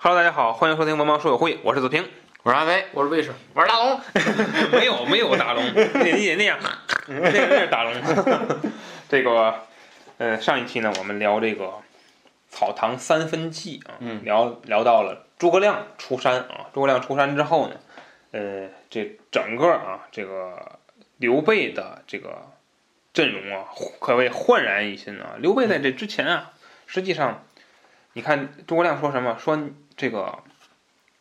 Hello，大家好，欢迎收听《文盲书友会》，我是子平。我说阿飞，我是卫士，我是大龙。 没有没有大龙，那那那样， 那那是大龙。 这个，呃，上一期呢，我们聊这个《草堂三分记》啊，嗯聊聊到了诸葛亮出山啊，诸葛亮出山之后呢，呃，这整个啊，这个刘备的这个阵容啊，可谓焕然一新啊。刘备在这之前啊，实际上，你看诸葛亮说什么？说这个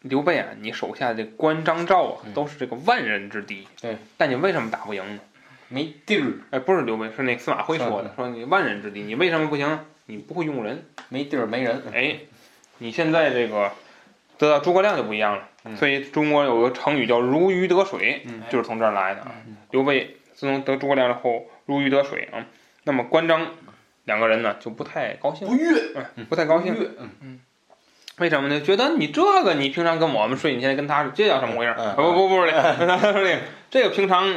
刘备啊，你手下的关张赵啊，嗯都是这个万人之敌。对，但你为什么打不赢呢？没地儿，哎，不是刘备，是那司马徽说的，说你万人之敌，你为什么不行？你不会用人。没地儿，没人。哎，你现在这个得到诸葛亮就不一样了，嗯所以中国有个成语叫如鱼得水，嗯就是从这儿来的啊。嗯刘备自从得诸葛亮之后，如鱼得水啊。那么关张两个人呢就不太高兴，不悦，哎不太高兴，不悦嗯为什么呢？觉得你这个你平常跟我们睡，你现在跟他睡，这叫什么回事？嗯嗯不不不是的，这个平常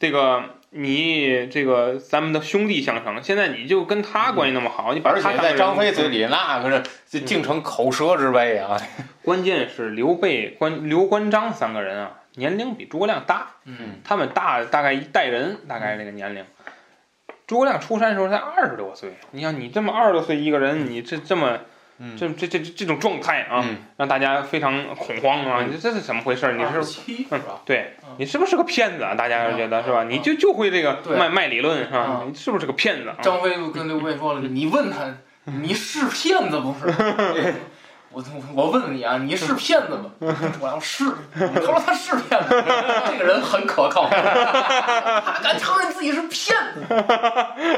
这个你这个咱们的兄弟相称，现在你就跟他关系那么好，你把而他且当在人张飞嘴里，那可是就嗯竟成口舌之辈啊！ 关键是刘备、关刘关张三个人啊，年龄比诸葛亮大，嗯，他们大大概一代人，大概这个年龄。诸葛亮出山的时候才二十多岁，你想你这么二十多岁一个人，你这这么嗯这这这这这种状态啊，嗯让大家非常恐慌啊！嗯你这这是怎么回事儿？你是七嗯是吧？对嗯你是不是个骗子啊？大家嗯觉得是吧？嗯你就就会这个对卖卖理论是吧？嗯你是不是个骗子啊？ 张飞就跟刘备说了，你问他，你是骗子不是？我我问你啊，你是骗子吗？ 我要是，他说他是骗子， 这个人很可靠， 他敢承认自己是骗子。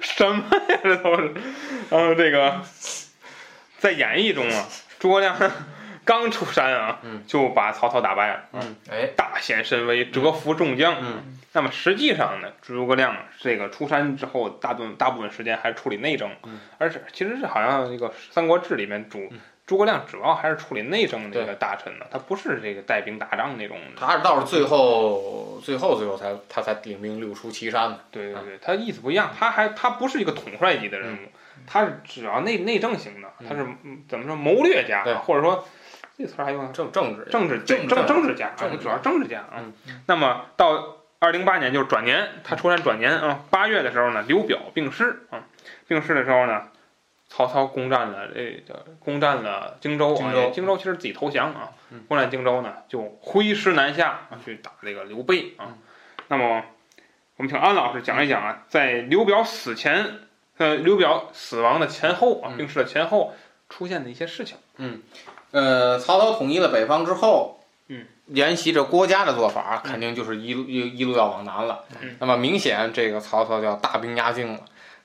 什么呀？这都是，然后这个在演义中啊，诸葛亮刚出山啊，嗯就把曹操打败了，哎，大显神威，折服众将。嗯那么实际上呢，诸葛亮这个出山之后，大部分大部分时间还是处理内政，嗯而且其实是好像这个《三国志》里面主。诸葛亮主要还是处理内政的一个大臣呢，他不是这个带兵打仗那种的。他倒是最后最后最后才他才领兵六出祁山呢。对对对，他意思不一样，他还他不是一个统帅级的人物，他是主要内内政型的，嗯他是嗯怎么说谋略家对，或者说这词儿还用政政治政治对政政治政治家啊政治，主要政治家啊嗯。那么到二零八年就是转年，他出山转年啊，八月的时候呢，刘表病逝啊，病逝的时候呢。曹操攻占了这个攻占了荆州啊荆，州荆州其实自己投降啊嗯，攻占荆州呢就挥师南下啊去打这个刘备嗯啊。那么我们请安老师讲一讲啊，在刘表死前，呃，刘表死亡的前后啊，嗯病逝的前后出现的一些事情。呃，曹操统一了北方之后，嗯，沿袭着郭嘉的做法，肯定就是一路一一路要往南了。嗯那么明显这个曹操就要大兵压境了。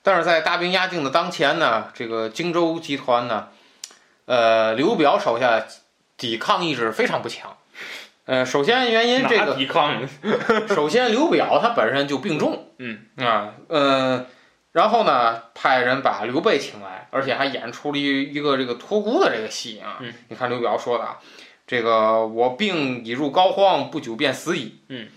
但是在大兵压境的当前呢，这个荆州集团呢，呃，刘表手下抵抗意志非常不强。呃，首先原因这哪 个，抵抗？首先刘表他本身就病重，嗯啊，呃，然后呢，派人把刘备请来，而且还演出了一一个这个托孤的这个戏啊。嗯你看刘表说的啊，这个我病已入膏肓，不久便死矣。嗯，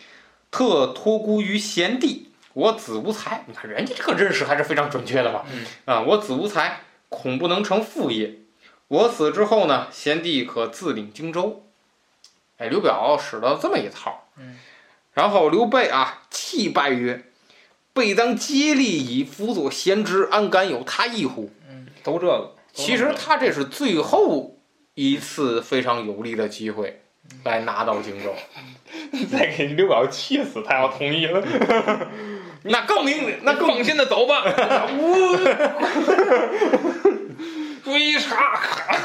特托孤于贤弟，我子无才。你看人家这个认识还是非常准确的吧？嗯啊，我子无才，恐不能成父业。我死之后呢，贤弟可自领荆州。哎，刘表使了这么一套。嗯，然后刘备啊，泣拜曰：“备当竭力以辅佐贤侄，安敢有他意乎都这个。？”其实他这是最后一次非常有利的机会，来拿到荆州。再给刘表气死，他要同意了， 那更明，那更放心的走 吧。呜， 追查，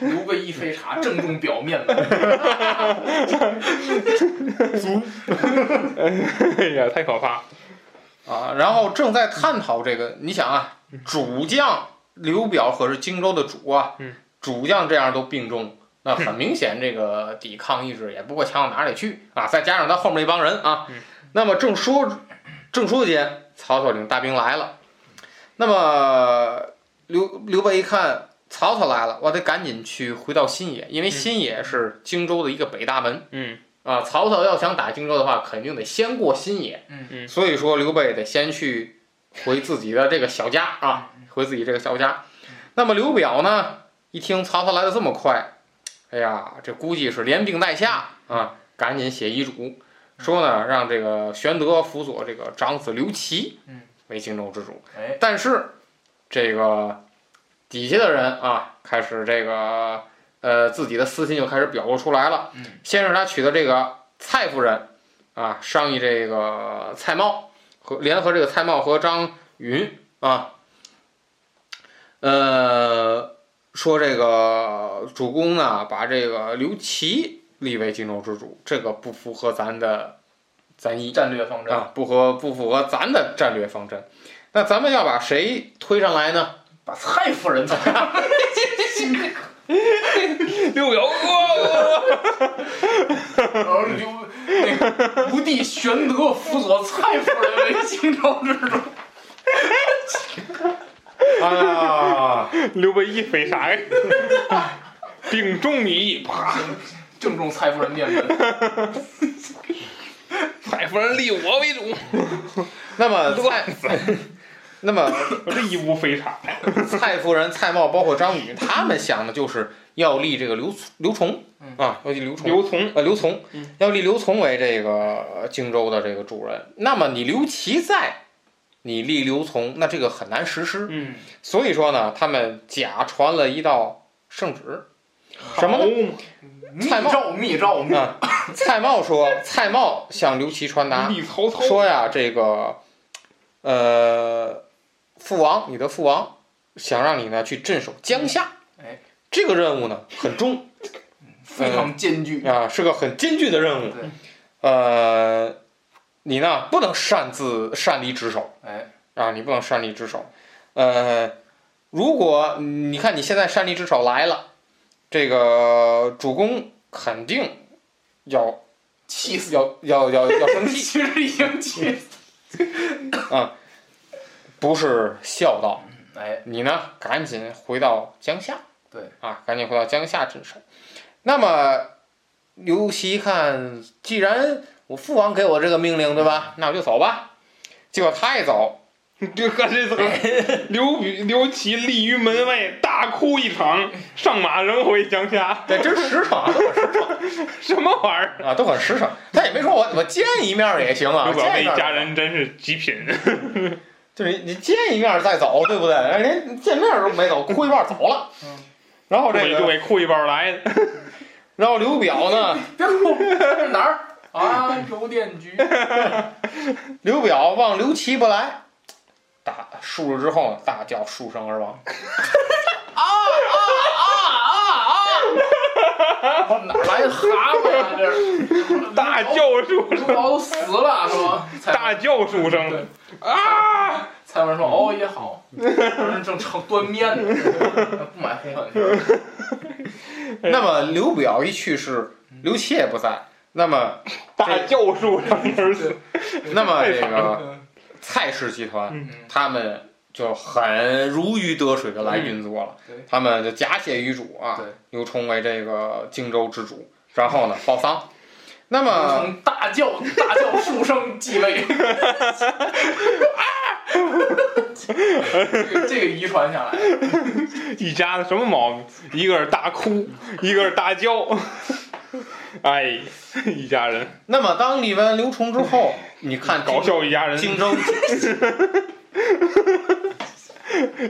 刘备一追查，正中表面了。哎呀，太可怕！啊，然后正在探讨这个，你想啊，嗯主将刘表可是荆州的主啊，嗯主将这样都病重，那很明显这个抵抗意志也不会强到哪里去啊。再加上他后面那帮人啊，嗯那么正说正说间，曹操领大兵来了，那么刘刘备一看曹操来了，我得赶紧去回到新野，因为嗯新野是荆州的一个北大门。嗯啊，曹操要想打荆州的话，肯定得先过新野。嗯嗯所以说刘备得先去回自己的这个小家啊，嗯回自己这个小家。那么刘表呢，一听曹操来的这么快，哎呀，这估计是连病带吓啊，赶紧写遗嗯嘱，说呢让这个玄德辅佐这个长子刘琦嗯为荆州之主。哎，但是这个底下的人啊，开始这个呃自己的私心就开始表露出来了。嗯先是他娶的这个蔡夫人啊，商议这个蔡瑁和联合这个蔡瑁和张允啊，呃，说这个主公呢把这个刘琦立为荆州之主，这个不符合咱的咱意战略方针，啊，不合不符合咱的战略方针。那咱们要把谁推上来呢？把蔡夫人怎么样？ 六表，然后刘那个吴地玄德辅佐蔡夫人为荆州之主，啊， 刘备一飞啥呀？ 啊病重矣，啪！正中蔡夫人面门。蔡夫人立我为主，那么蔡， 那么这一屋飞啥呀？蔡夫人、蔡瑁包括张允，他们想的就是要立这个刘刘崇嗯啊，要立刘崇。刘琮，呃，刘琮嗯要立刘琮为这个荆州的这个主人，那么你刘琦在，你立刘琮，那这个很难实施。嗯，所以说呢，他们假传了一道圣旨，什么呢？呢？密诏密诏嗯密啊，蔡瑁说，蔡瑁向刘琦传达立曹操，说呀，这个，呃，父王，你的父王想让你呢去镇守江夏，哎，这个任务呢很 重非常艰巨。啊，是个很艰巨的任务，对，呃，你呢不能擅自擅离职守嗯哎，啊，你不能擅离职守，呃，如果你看你现在擅离职守来了，这个主公肯定要气死！要要要要生气。 其实已经气死。不是孝道，哎，你呢，赶紧回到江夏。对啊，赶紧回到江夏镇守。那么刘琦一看，既然我父王给我这个命令，对嗯吧？那我就走吧。结果他一走，这干这怎么？刘禹刘琦立于门外，大哭一场，上马仍回江夏，这真实诚啊，什么玩意儿？ 啊都很实诚。他也没说我我见一面也行啊，刘表见这一一面家人真是极品，就是你你见一面再走，对不对？人连见面都没 走，哭一半走了。嗯然后这对个，对，哭一包来的。然后刘表呢，别哭，这是哪儿？啊，邮电局。刘表望刘琦不来，大数日之后呢，大叫数声而亡。哪来的蛤蟆呀、这是大叫书刘生，璆都死了是吧？蔡大叫书对生啊！蔡文说：“哦，也好，正正端面呢， 不买红粉去。那么刘表一去世，刘琦也不在。那么，大叫书生而死。那么这个嗯蔡氏集团，嗯他们就很如鱼得水的来运作了。嗯对他们就假写遗嘱啊对，刘冲为这个荆州之主，然后呢报丧。那么，从大叫大叫书生继位， 啊！这个这个遗传下来，一家子什么毛病？一个是大哭，一个是大叫。哎，一家人那么当立完刘冲之后，你看搞笑一家人。荆州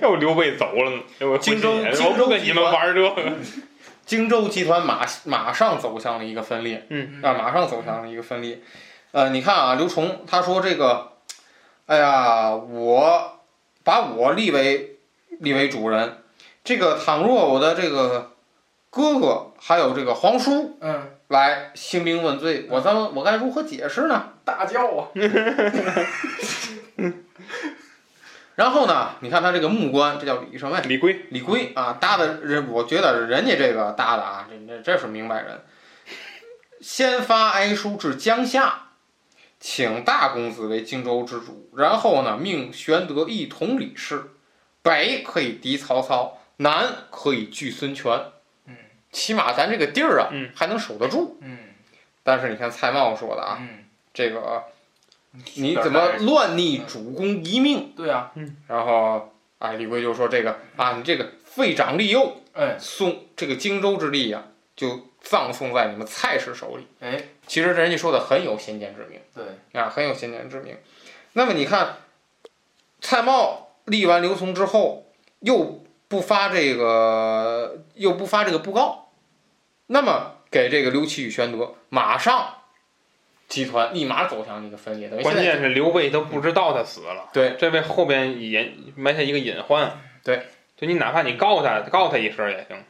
要不刘备走了呢？要不回荆州去荆我州不跟你们玩这个。荆州集团马马上走向了一个分裂，嗯啊，马上走向了一个分裂。呃，你看啊，刘崇他说这个，哎呀，我把我立为立为主人，这个倘若我的这个哥哥还有这个皇叔嗯，来兴兵问罪，我咱们我该如何解释呢？大叫啊，然后呢，你看他这个木官，这叫李什么呀？李逵李逵啊，搭的人，我觉得人家这个搭的啊，这这这是明白人。先发哀书至江夏，请大公子为荆州之主，然后呢，命玄德一统李氏，北可以敌曹操，南可以拒孙权。嗯，起码咱这个地儿啊，嗯还能守得住。嗯但是你看蔡瑁说的啊，嗯，这个你怎么乱逆主公遗命？对啊，然后啊，李逵就说这个啊，你这个废长立幼，哎送这个荆州之力呀、就葬送在你们蔡氏手里。哎，其实人家说的很有先见之明对，啊，很有先见之明。那么你看，蔡瑁立完刘琮之后，又不发这个，又不发这个布告，那么给这个刘琦与玄德马上集团立马走向一个分裂，等于现关在键是刘备都不知道他死了，对，这为后边隐埋下一个隐患。对，就你哪怕你告他，告他一声也行。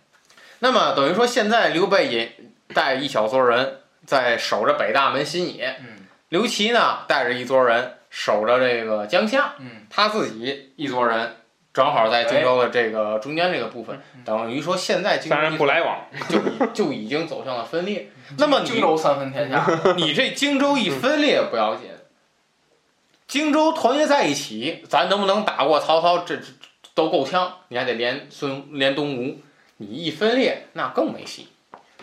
那么等于说，现在刘备也带一小撮人在守着北大门新野，嗯刘琦呢带着一撮人守着这个江夏，嗯，他自己一撮人正好在荆州的这个中间这个部分，嗯等于说现在荆三人不州来往，就已就已经走向了分裂。那么荆你州三分天下，你这荆州一分裂不要紧，荆州团结在一起，咱能不能打过曹操？这这这都够呛，你还得连孙连东吴，你一分裂那更没戏。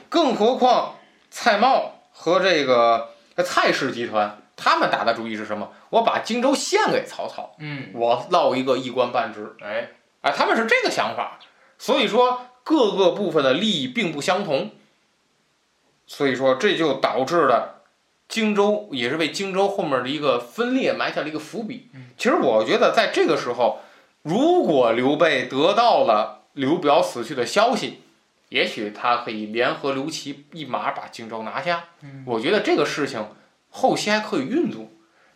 更何况蔡瑁和这个呃蔡氏集团，他们打的主意是什么？我把荆州献给曹操，嗯，我落一个一官半职。哎，哎，他们是这个想法，所以说各个部分的利益并不相同，所以说这就导致了荆州也是为荆州后面的一个分裂埋下了一个伏笔嗯。其实我觉得在这个时候，如果刘备得到了刘表死去的消息，也许他可以联合刘琦一马把荆州拿下。嗯我觉得这个事情后期还可以运作。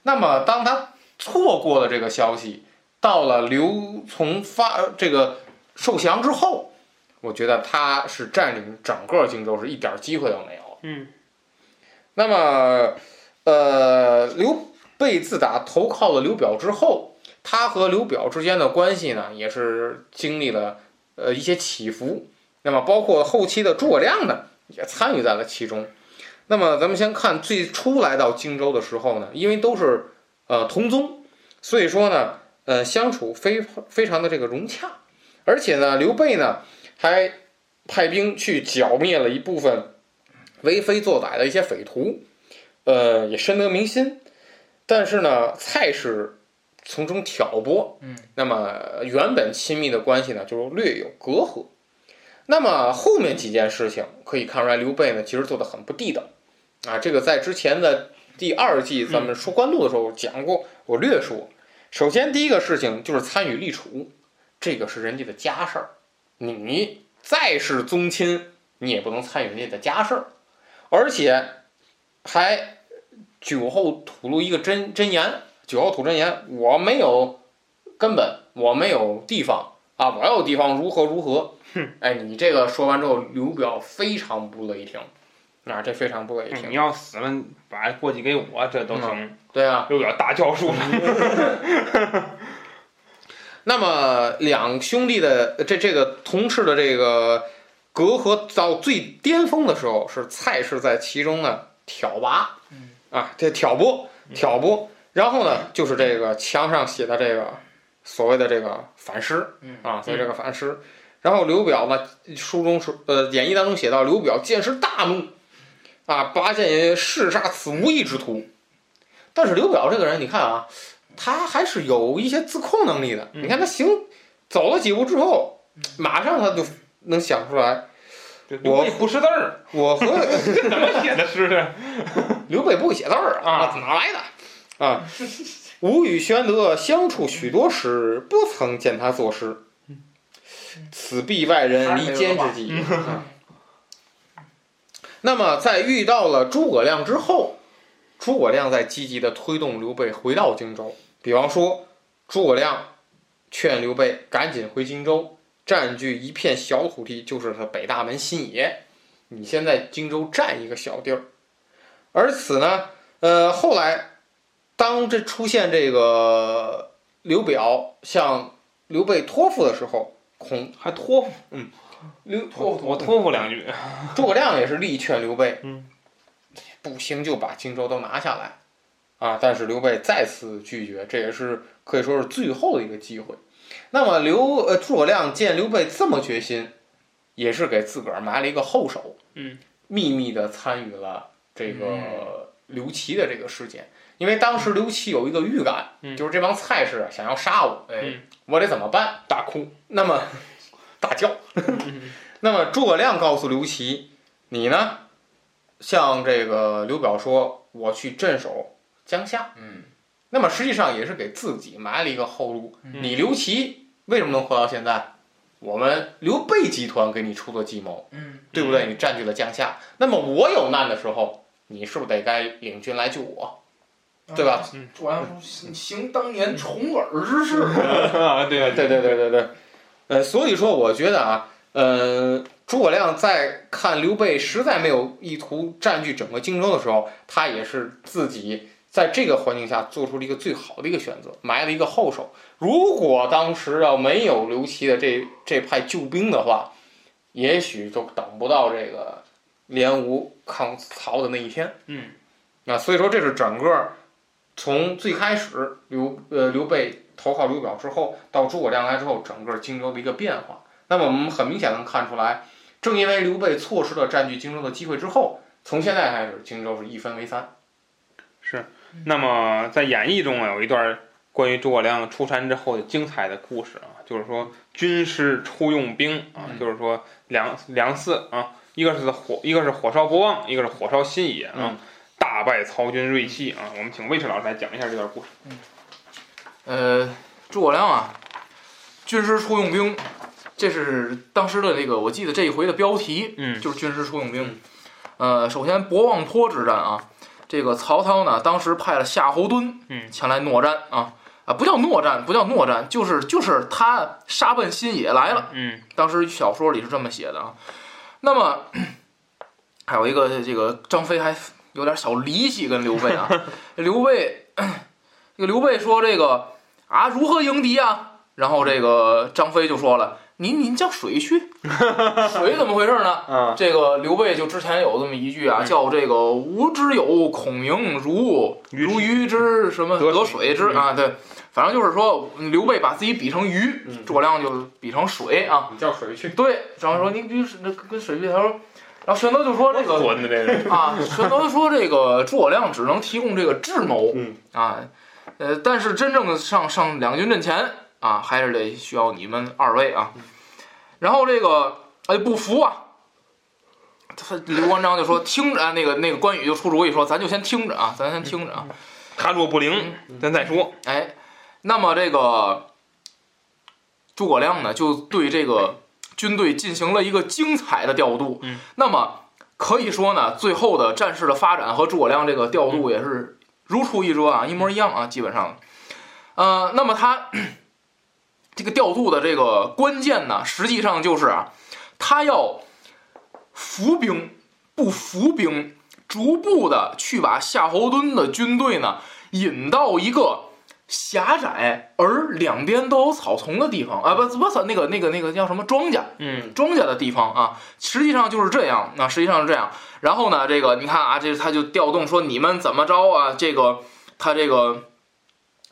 那么当他错过了这个消息，到了刘琮发呃这个受降之后，我觉得他是占领整个荆州是一点儿机会都没有。嗯，那么，呃，刘备自打投靠了刘表之后，他和刘表之间的关系呢，也是经历了呃一些起伏。那么，包括后期的诸葛亮呢，也参与在了其中。那么，咱们先看最初来到荆州的时候呢，因为都是呃同宗，所以说呢，呃，相处非非常的这个融洽，而且呢，刘备呢还派兵去剿灭了一部分为非作歹的一些匪徒，呃，也深得民心。但是呢，蔡氏从中挑拨，嗯，那么呃原本亲密的关系呢，就是略有隔阂。那么后面几件事情可以看出来，刘备呢其实做的很不地道啊。这个在之前的第二季咱们说官渡的时候讲过，我略说。首先第一个事情就是参与立储，这个是人家的家事儿，你再是宗亲，你也不能参与人家的家事儿。而且还酒后吐露一个真真言，酒后吐真言，我没有根本，我没有地方啊，我要有地方如何如何。哎，你这个说完之后，刘表非常不乐意听，啊，这非常不乐意你听。要死了，把过继给我，这都行。对啊，刘表大叫出来，那么两兄弟的这这个同事的这个隔阂到最巅峰的时候，是蔡氏在其中呢挑拔嗯，啊，这挑拨挑拨，然后呢就是这个墙上写的这个所谓的这个反诗嗯啊，所以这个反诗。然后刘表呢，书中说，呃，演义当中写到，刘表见势大怒，啊，拔剑也誓杀此无义之徒。但是刘表这个人，你看啊，他还是有一些自控能力的。嗯你看他行走了几步之后，马上他就能想出来，这刘备不识字儿，我和这怎么写的诗啊？刘备不会写字儿啊，哪来的啊？吾与玄德相处许多时，不曾见他作诗。此必外人离间之计。 嗯啊那么，在遇到了诸葛亮之后，诸葛亮在积极的推动刘备回到荆州。比方说，诸葛亮劝刘备赶紧回荆州，占据一片小土地，就是他北大门新野。你先在荆州占一个小地儿，而此呢，呃，后来当这出现这个刘表向刘备托付的时候，孔还托付刘嗯我我托付两句， 诸葛亮也是力劝刘备，嗯，不行就把荆州都拿下来，啊！但是刘备再次拒绝，这也是可以说是最后的一个机会。那么刘呃诸葛亮见刘备这么决心，也是给自个儿埋了一个后手，嗯，秘密的参与了这嗯个刘琦的这个事件，因为当时刘琦有一个预感，嗯就是这帮菜市啊想要杀我，哎，嗯我得怎么办？大哭，那么 大叫。嗯 那么诸葛亮告诉刘琦，你呢，向这个刘表说，我去镇守江夏。嗯，那么实际上也是给自己埋了一个后路。嗯你刘琦为什么能活到现在？我们刘备集团给你出的计谋，嗯，对不对？你占据了江夏，那么我有难的时候，你是不是得该领军来救我？对吧？嗯诸葛亮说：“行当年重耳之事。 啊，对啊，对对对对对，呃，所以说我觉得啊，呃，诸葛亮在看刘备实在没有意图占据整个荆州的时候，他也是自己在这个环境下做出了一个最好的一个选择，埋了一个后手。如果当时要没有刘琦的这这派救兵的话，也许就等不到这个连吴抗曹的那一天。嗯，啊，所以说这是整个从最开始刘呃刘备投靠刘表之后，到诸葛亮来之后，整个荆州的一个变化。那么我们很明显能看出来，正因为刘备错失了占据荆州的机会之后，从现在开始荆州是一分为三。那么在演义中啊，有一段关于诸葛亮出山之后的精彩的故事啊，就是说军师出用兵啊，嗯就是说梁梁嗣啊，一个是火，一个是火烧博望，一个是火烧新野啊，嗯大败曹军锐气啊。我们请魏迟老师来讲一下这段故事。”呃，诸葛亮啊，军师出用兵，这是当时的那个，我记得这一回的标题。嗯就是军师出用兵。呃，首先博望坡之战啊，这个曹操呢，当时派了夏侯惇嗯前来诺战啊。啊，不叫诺战，不叫诺战，就是就是他杀奔新野来了。嗯当时小说里是这么写的啊。那么还有一个这个张飞还有点小离奇跟刘 备啊，刘备这个刘备说这个啊如何迎敌啊？然后这个张飞就说了，您您叫 水去，水怎么回事呢？啊这个刘备就之前有这么一句啊，嗯叫这个“吾之有孔明如鱼如鱼之什么得水得水之嗯啊”，对，反正就是说刘备把自己比成鱼嗯，诸葛亮就比成水啊。你叫谁去？对，然后说你就是那跟水比，他说，然后玄德就说这个混的这个，啊，玄德说这个诸葛亮只能提供这个智谋，嗯啊，呃，但是真正的上上两军阵前啊，还是得需要你们二位啊。然后这个哎不服啊，他刘关张就说听着啊，那个那个关羽就出主意说，咱就先听着啊，咱先听着啊。他若不灵，咱再说。哎，那么这个诸葛亮呢，就对这个军队进行了一个精彩的调度。嗯，那么可以说呢，最后的战事的发展和诸葛亮这个调度也是如出一辙啊，一模一样啊，基本上。呃，那么他 这个调度的这个关键呢，实际上就是啊，他要伏兵不伏兵，逐步的去把夏侯惇的军队呢引到一个狭窄而两边都有草丛的地方啊，不不草那个那个那个叫什么庄稼嗯庄稼的地方啊，实际上就是这样，啊那、实际上是这样。然后呢，这个你看啊，这他就调动说你们怎么着啊，这个他这个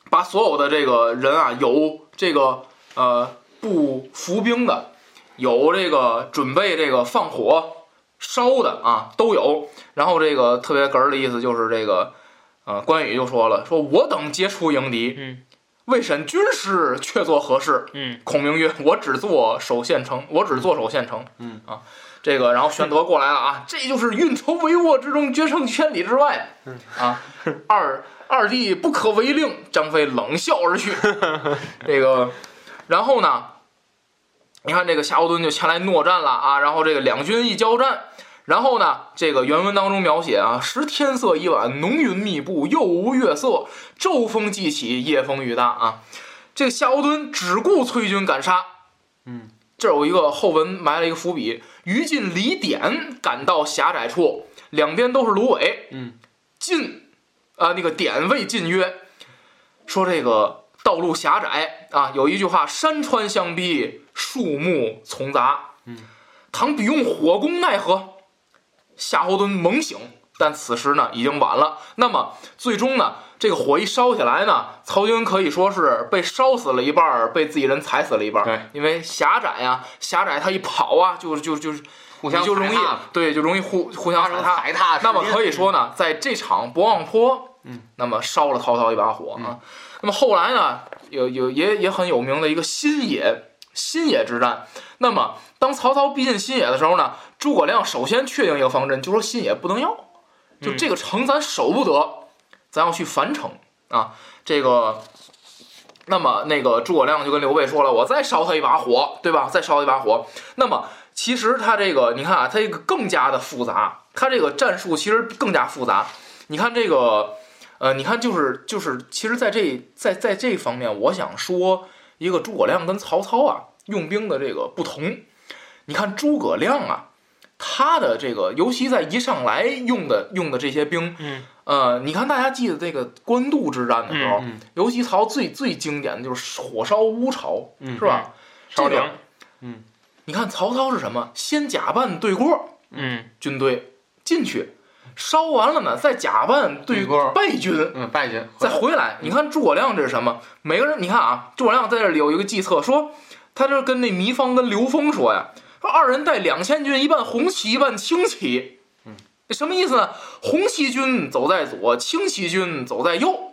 把所有的这个人啊，有这个呃不服兵的，有这个准备这个放火烧的啊，都有。然后这个特别哏儿的意思就是这个，呃，关羽就说了，说我等皆出迎敌，嗯未审军师，却做何事？嗯孔明曰：“我只做守县城，我只做守县城。”嗯啊，这个，然后玄德过来了啊，这就是运筹帷幄之中，决胜千里之外。嗯啊，二二弟不可违令。张飞冷笑 而去。这个，然后呢，你看这个夏侯惇就前来诺战了啊，然后这个两军一交战。然后呢，这个原文当中描写啊，时天色已晚，浓云密布，又无月色，骤风既起，夜风愈大啊。这个夏侯惇只顾催军赶杀，嗯，这有一个后文埋了一个伏笔：于禁离典赶到狭窄处，两边都是芦苇。嗯，进啊、那个典谓进曰，说这个道路狭窄啊，有一句话：山川相逼，树木丛杂。嗯，倘彼用火攻奈何？夏侯惇猛醒，但此时呢已经晚了。那么最终呢，这个火一烧起来呢，曹军可以说是被烧死了一半儿，被自己人踩死了一半儿。对，因为狭窄呀、狭窄他一跑啊，就就就是互相就容踩易踏对，就容易互互相发踩生踏。踩踏事件。那么可以说呢，在这场博望坡，嗯，那么烧了曹操一把火啊。嗯那么后来呢，有有也也很有名的一个新野新野之战。那么当曹操逼近新野的时候呢，诸葛亮首先确定一个方针，就说新野不能要，就嗯这个城咱守不得，咱要去樊城啊。这个，那么那个诸葛亮就跟刘备说了，我再烧他一把火，对吧？再烧他一把火。那么其实他这个，你看啊，他这个更加的复杂，他这个战术其实更加复杂。你看这个，呃，你看就是就是，其实在这在在这方面，我想说一个诸葛亮跟曹操啊用兵的这个不同。你看诸葛亮啊，他的这个，尤其在一上来用的用的这些兵，嗯呃，你看大家记得这个官渡之战的时候，嗯尤其曹最最经典的就是火烧乌巢，嗯，是吧？烧这个粮，你看曹操是什么？先假扮对过嗯军队进去，烧完了呢，再假扮对对过败军，嗯，拜见。再回来。你看诸葛亮这是什么？每个人，你看啊，诸葛亮在这里有一个计策，说他这跟那糜芳跟刘封说呀，说二人带两千军，一半红旗，一半青旗。嗯，什么意思呢？红旗军走在左，青旗军走在右。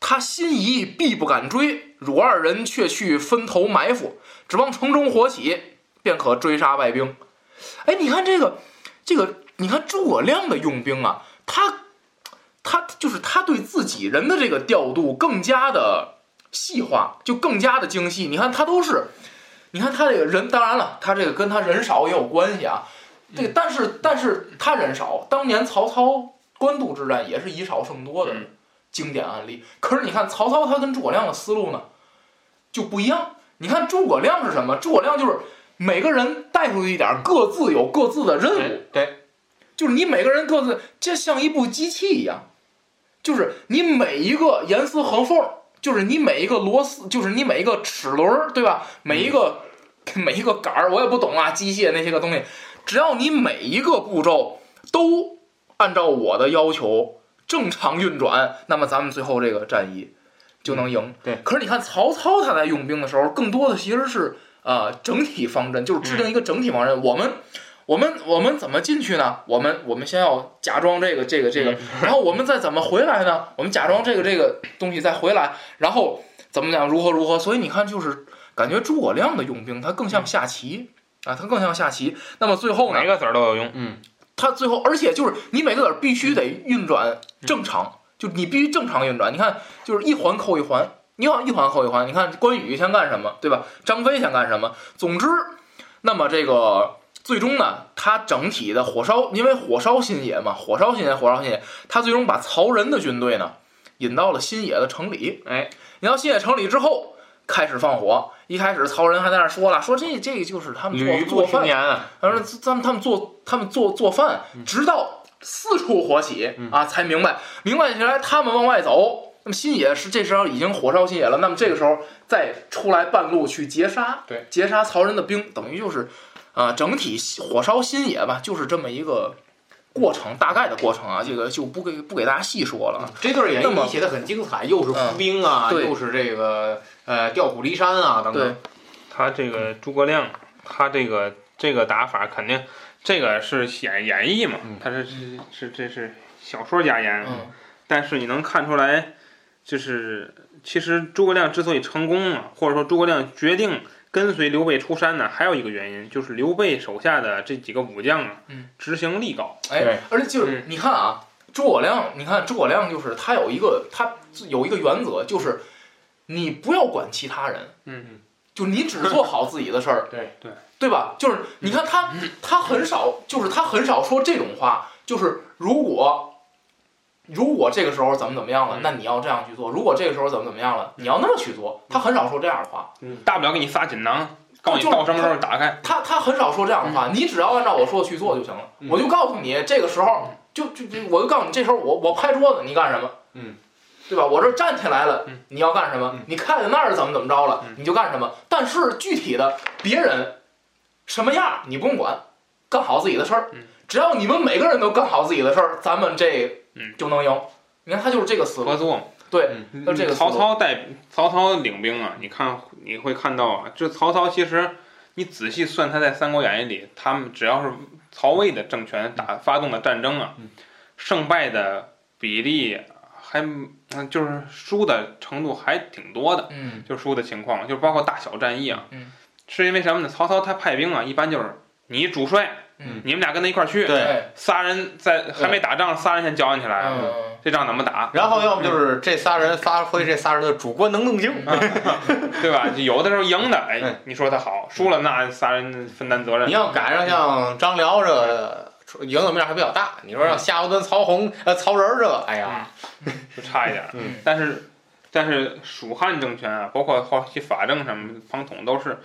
他心疑，必不敢追。汝二人却去分头埋伏，只望城中火起，便可追杀败兵。哎，你看这个，这个，你看诸葛亮的用兵啊，他他就是他对自己人的这个调度更加的细化，就更加的精细。你看他都是，你看他这个人，当然了，他这个跟他人少也有关系啊。这个，但是但是他人少，当年曹操官渡之战也是以少胜多的嗯经典案例。可是你看曹操他跟诸葛亮的思路呢就不一样。你看诸葛亮是什么？诸葛亮就是每个人带出去一点儿，各自有各自的任务。对哎对，就是你每个人各自，这像一部机器一样，就是你每一个严丝合缝，就是你每一个螺丝，就是你每一个齿轮儿，对吧？每一个、 每一个杆儿，我也不懂啊，机械那些个东西，只要你每一个步骤都按照我的要求正常运转，那么咱们最后这个战役就能赢。对可是你看曹操他在用兵的时候，更多的其实是呃整体方针，就是制定一个整体方针。我们我们我们怎么进去呢？我们我们先要假装这个这个这个，然后我们再怎么回来呢？我们假装这个这个东西再回来，然后怎么讲如何如何？所以你看，就是感觉诸葛亮的用兵，他更像下棋啊，他更像下棋。那么最后呢每，个子儿都有用。嗯，他最后，而且就是你每个子儿必须得运转正常，就你必须正常运转。你看，就是一环扣一环，你要一环扣一环。你看关羽先干什么，对吧？张飞先干什么？总之，那么这个最终呢，他整体的火烧，因为火烧新野嘛，火烧新野，火烧新野，他最终把曹仁的军队呢引到了新野的城里。哎，你到新野城里之后，开始放火。一开始曹仁还在那儿说了，说这这个就是他们做吕做布饭十年啊，他说他们他们做他们做做饭，直到四处火起啊，才明白明白起来，他们往外走。那么新野是这时候已经火烧新野了，那么这个时候再出来半路去截杀，对，截杀曹仁的兵，等于就是啊、整体火烧新野吧，就是这么一个过程，大概的过程啊，这个就不给不给大家细说了啊。这段演那么义写的很精彩，又是嗯伏兵啊，对又是这个呃调虎离山啊等对等。，他这个诸葛亮，他这个这个打法肯定，这个是演演绎嘛嗯，他是是是这是小说家演，嗯，但是你能看出来，就是其实诸葛亮之所以成功啊，或者说诸葛亮决定跟随刘备出山呢，还有一个原因就是刘备手下的这几个武将啊，嗯执行力高。哎对，，而且就是你看啊，诸葛亮，你看诸葛亮就是他有一个他有一个原则，就是你不要管其他人，嗯，就你只做好自己的事儿对对对吧？就是你看他他很少，就是他很少说这种话，就是如果。如果这个时候怎么怎么样了嗯，那你要这样去做；如果这个时候怎么怎么样了，你要那么去做。他很少说这样的话，大不了给你仨锦囊，告诉你啊到就是什么时候打开。他他很少说这样的话，你只要按照我说的去做就行了。嗯我就告诉你这个时候，嗯就就就我就告诉你这时候我我拍桌子你干什么？嗯，对吧？我这站起来了嗯，你要干什么嗯？你看见那儿怎么怎么着了嗯，你就干什么。但是具体的别人什么样你不用管，干好自己的事儿嗯。只要你们每个人都干好自己的事儿，咱们这嗯就能赢。你看他就是这个思路。合作嘛，对嗯那这个曹思路操带曹操领兵啊，你看你会看到啊，这曹操其实你仔细算他在《三国演义》里，他们只要是曹魏的政权打发动的战争啊嗯，胜败的比例还嗯就是输的程度还挺多的，嗯就输的情况，就包括大小战役啊，嗯是因为什么呢？曹操他派兵啊，一般就是你主帅，嗯你们俩跟他一块儿去，对，哎仨人在还没打仗，仨人先交换起来，嗯，这仗怎么打？然后要么就是这仨人发挥这仨人的主观嗯能嗯动性，对吧？就有的时候赢的，哎嗯，你说他好；输了，那仨人分担责任。嗯你要赶上像张辽这个影响面还比较大，你说让夏侯惇、曹洪、呃曹仁儿这个，哎呀，就差一点儿。嗯但是但是蜀汉政权啊，包括后期法正什么庞统都是，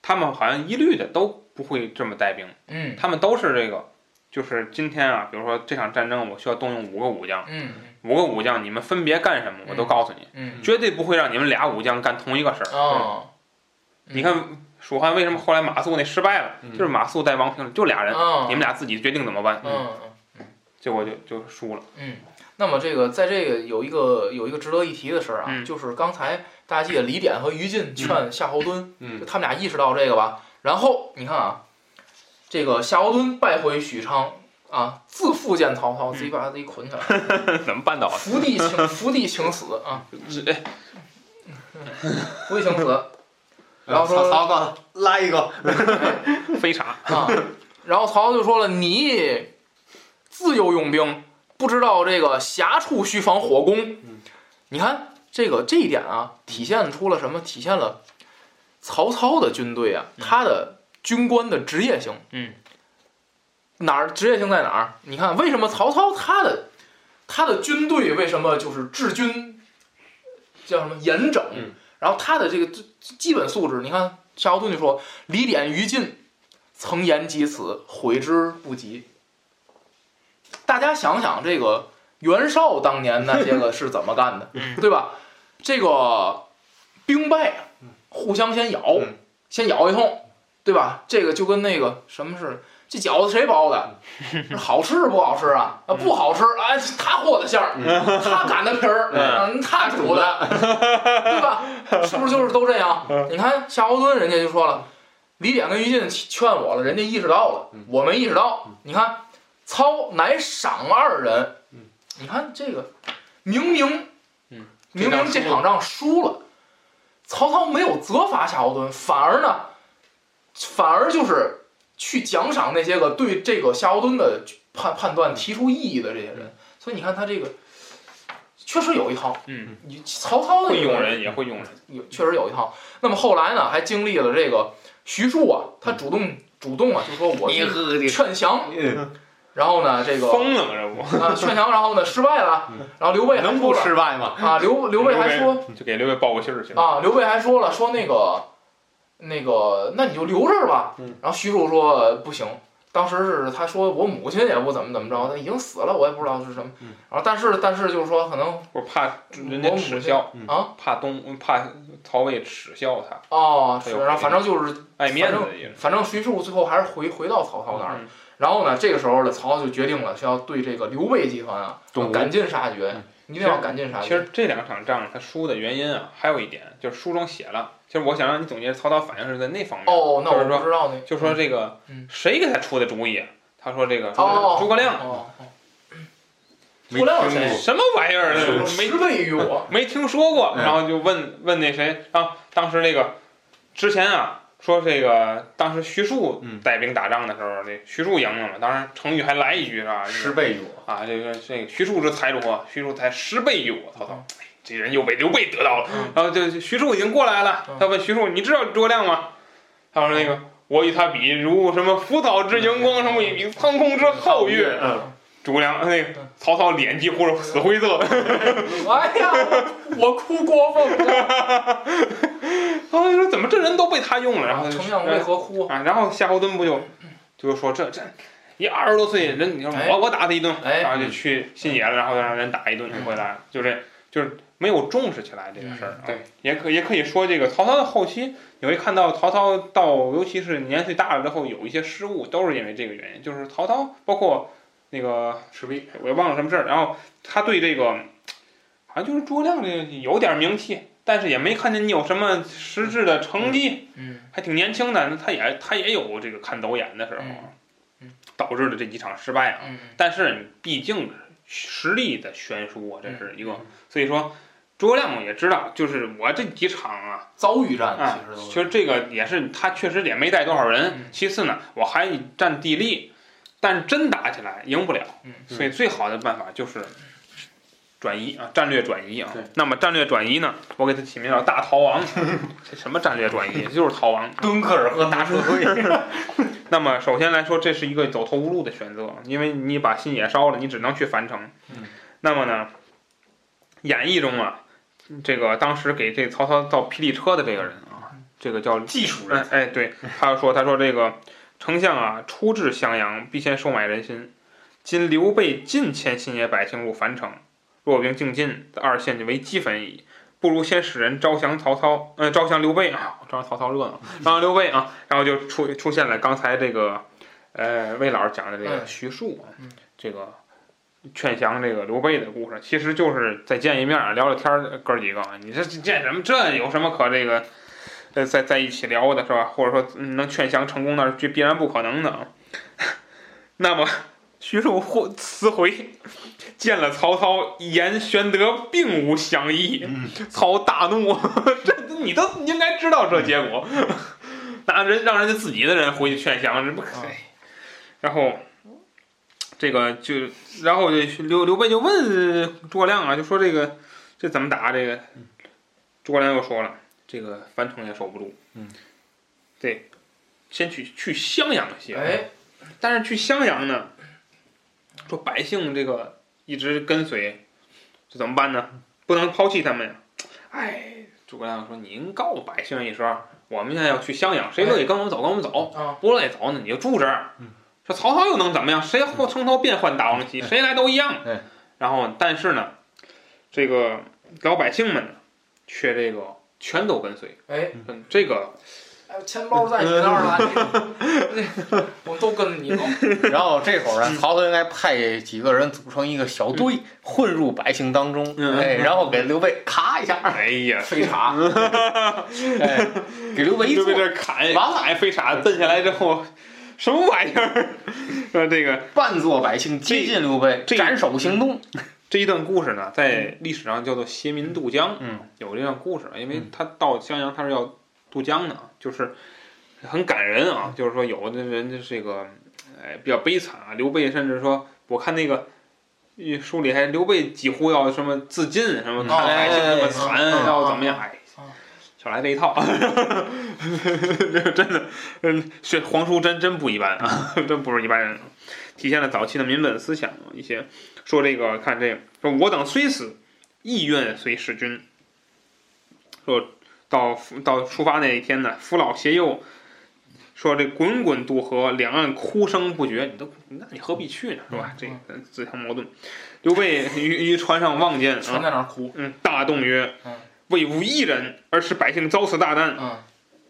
他们好像一律的都不会这么带兵，嗯他们都是这个，就是今天啊，比如说这场战争，我需要动用五个武将，嗯五个武将你们分别干什么，我都告诉你，嗯绝对不会让你们俩武将干同一个事儿。哦，嗯你看蜀汉为什么后来马谡那失败了，嗯就是马谡带王平就俩人，哦你们俩自己决定怎么办。嗯。结果就就输了。嗯，那么这个在这个有一个有一个值得一提的事儿啊，嗯就是刚才大家记得李典和于禁劝夏侯惇，就嗯他们俩意识到这个吧。然后你看啊，这个夏侯惇败回许昌啊，自负见曹操，自己把自己捆起来，怎么办到的？伏地请伏地请死啊，哎 伏地请死啊然后说曹操告诉他来一个，非常。。啊然后曹操就说了：“你自幼用兵，不知道这个狭处须防火攻。”你看这个这一点啊，体现出了什么？体现了曹操的军队啊，他的军官的职业性。嗯，哪儿职业性在哪儿？你看为什么曹操他的他的军队为什么就是治军叫什么严整？嗯然后他的这个基基本素质，你看夏侯惇就说：“李典、于禁曾言及此，悔之不及。”大家想想这个袁绍当年那些个是怎么干的，对吧？这个兵败，啊互相先咬，嗯先咬一通，对吧？这个就跟那个什么似的，这饺子谁包 的？是好吃不好吃啊？啊，不好吃，哎，是他和的馅儿， 他擀的皮儿，嗯，他煮的，对吧？是不是就是都这样？你看夏侯惇人家就说了，李典跟于禁劝我了，人家意识到了，我没意识到。你看，操乃赏二人嗯，你看这个，明明嗯，明明这场仗输了，曹操没有责罚夏侯惇，反而呢，反而就是去奖赏那些个对这个夏侯惇的判判断提出异议的这些人。所以你看他这个确实有一套，嗯，你曹操的会这个用人也会用人。有确实有一套。那么后来呢，还经历了这个徐庶啊，他主动主动啊，就说我去喝的劝降，嗯然后呢，这个疯了吗？啊劝降，然后呢失败了，然后刘备还能说不了失败吗？啊，刘刘备还说这不就给刘备报个信儿去了。啊，刘备还说了，说那个那个，那你就留这儿吧。嗯然后徐庶说呃不行，当时是他说我母亲也不怎么怎么着，她已经死了，我也不知道是什么嗯。然后但是但是就是说可能我怕人家耻笑嗯啊，怕东怕曹魏耻笑他，哦，他是有然后反正就是爱面子的也是。反正徐庶最后还是回回到曹操那儿。嗯然后呢，这个时候呢，曹操就决定了是要对这个刘备集团啊动武赶尽杀绝，一定要赶尽杀嗯其绝。实这两场仗他输的原因啊，还有一点就是书中写了。其实我想让你总结曹操反应是在那方面，哦，那就我是说不知道那就说这个嗯谁给他出的主意啊？他说这个哦诸葛亮哦，哦没不料听谁过什么玩意儿呢？没十倍于我。没听说过，嗯然后就问问那谁啊，当时那个之前啊说这个当时徐庶嗯带兵打仗的时候，这徐庶赢了嘛，当时成语还来一句是吧？十倍于我，啊，这个这个徐庶之财主啊，徐庶才十倍于我，曹操，哎这人又被刘备得到了，嗯然后就徐庶已经过来了嗯，他问徐庶，你知道诸葛亮吗？他说那个。我与他比，如什么浮藻之荧光，什么以比苍空之皓月。嗯，诸葛亮那个曹操脸几乎是死灰色的。 哎呀，我哭郭 奉了，曹操啊就说怎么这人都被他用了，然后就丞相为何哭？啊，然后夏侯惇不就就说这这一二十多岁人，你说哎我我打他一顿，哎然后嗯就去信野了，然后让人打一顿就回来了，就这就是没有重视起来这个事儿、啊嗯对，也可也可以说这个曹操的后期，你会看到曹操到尤其是年岁大了之后有一些失误，都是因为这个原因，就是曹操包括那个赤壁，我也忘了什么事儿，然后他对这个好像就是诸葛亮这个有点名气。但是也没看见你有什么实质的成绩，嗯，还挺年轻的，那他也他也有这个看走眼的时候啊，嗯嗯导致了这几场失败啊。嗯但是你毕竟实力的悬殊啊，这是一个，嗯所以说诸葛亮也知道，就是我这几场啊，遭遇战啊其实，都其是实这个也是他确实也没带多少人。嗯其次呢，我还占地利，但真打起来赢不了，嗯所以最好的办法就是。转移啊，战略转移啊对。那么战略转移呢？我给它起名叫大逃亡。这什么战略转移？就是逃亡。敦刻尔克大撤退， 那么首先来说，这是一个走投无路的选择，因为你把信也烧了，你只能去樊城。嗯那么呢，演义中啊，这个当时给这曹操造霹雳车的这个人啊，这个叫技术人哎哎对，他说他说这个丞相啊，初至襄阳，必先收买人心。今刘备尽迁信也百姓入樊城，弱兵尽进，二县为齑粉矣。不如先使人招降曹操，呃，招降刘备啊，招降曹操热闹，招降刘备啊，然后就出出现了刚才这个，呃，魏老师讲的这个嗯徐庶啊嗯，这个劝降这个刘备的故事，其实就是再见一面儿聊聊天儿，哥儿几个啊，你这见什么这有什么可这个，呃，在在一起聊的是吧？或者说、嗯能劝降成功那是必然不可能的啊。 那么徐庶获辞回，见了曹操，言玄德并无相异，操大怒， 这你都应该知道这结果，那人让人家自己的人回去劝降，这不可、嗯然后。这个就，然后就刘刘备就问诸葛亮啊，就说这个这怎么打？这个诸葛亮又说了，这个樊城也守不住，嗯，对，先去去襄阳先，哎，但是去襄阳呢，说百姓这个一直跟随，这怎么办呢？不能抛弃他们呀！哎，诸葛亮说：“您告百姓一声，我们现在要去襄阳，谁乐意跟我们走，跟我们走；啊，不乐意走呢，你就住这儿。哎嗯”说曹操又能怎么样？谁后城头变换大王旗，嗯谁来都一样嗯。然后，但是呢，这个老百姓们呢，却这个全都跟随。哎，嗯，这个哎钱包在你那儿了， 我们都跟着你走， 嗯然后这会儿呢，啊曹操应该派几个人组成一个小队，混入百姓当中，嗯哎，然后给刘备咔 一下，哎呀，飞叉， 哎，给刘备一就坐被，这砍，完了砍飞叉嗯蹬下来之后，什么玩意儿？说这个扮作百姓接近刘备，这斩首行动。这一段故事呢，在历史上叫做挟民渡江，嗯，有这段故事，因为嗯他到襄阳他是要渡江的，就是很感人嗯啊，就是说有的人就是这个，哎，比较悲惨啊，刘备甚至说，我看那个。一书里还刘备几乎要什么自尽，什么嗯看百姓那么哎惨，嗯要怎么样？哎嗯，少来这一套， 真的， 嗯，是黄叔真真不一般啊， 真不是一般人，体现了早期的民本思想啊一些。说这个，看这个，说我等虽死，意愿随使君。说到到出发那一天呢，扶老携幼，说这滚滚渡河，两岸哭声不绝。你都，那你何必去呢？是吧？这个自相矛盾。刘备于于船上望见全啊，在那儿哭，嗯，大动曰嗯：“魏无一人，而使百姓遭此大难，嗯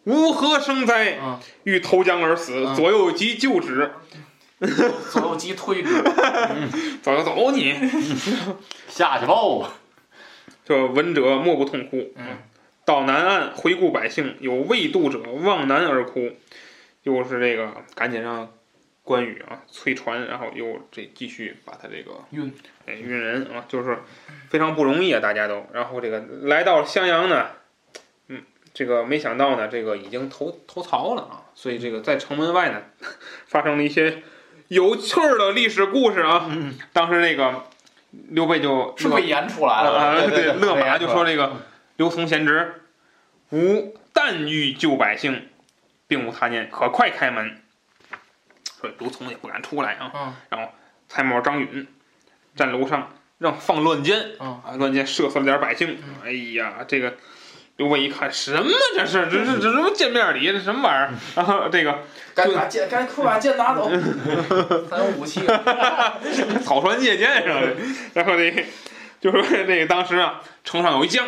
吾何生哉？嗯，欲投江而死，嗯左右及救止。”左右击 推之，走走走你！下去吧，这闻者莫不痛哭。嗯，到南岸回顾百姓，有未渡者望南而哭。又是这个，赶紧让关羽啊催船，然后又这继续把他这个晕哎晕人啊，就是非常不容易啊，大家都。然后这个来到襄阳呢，嗯，这个没想到呢，这个已经投投曹了啊，所以这个在城门外呢 发生了一些有趣儿的历史故事啊。当时那个刘备就这嗯是个。被演出来了，啊，对对对勒马就说这嗯个刘琮贤侄，吾但欲救百姓，并无他念，可快开门。说刘琮也不敢出来啊，嗯，蔡瑁、张允站楼上让放乱箭，嗯啊，乱箭射死了点百姓。哎呀，这个刘备一看什么这是，这这这什么见面礼，这什么玩意 儿？然后这个该把剑，该快把 剑拿走，咱有武器。草船借箭上的，然后这个就说这个当时啊，城上有一将，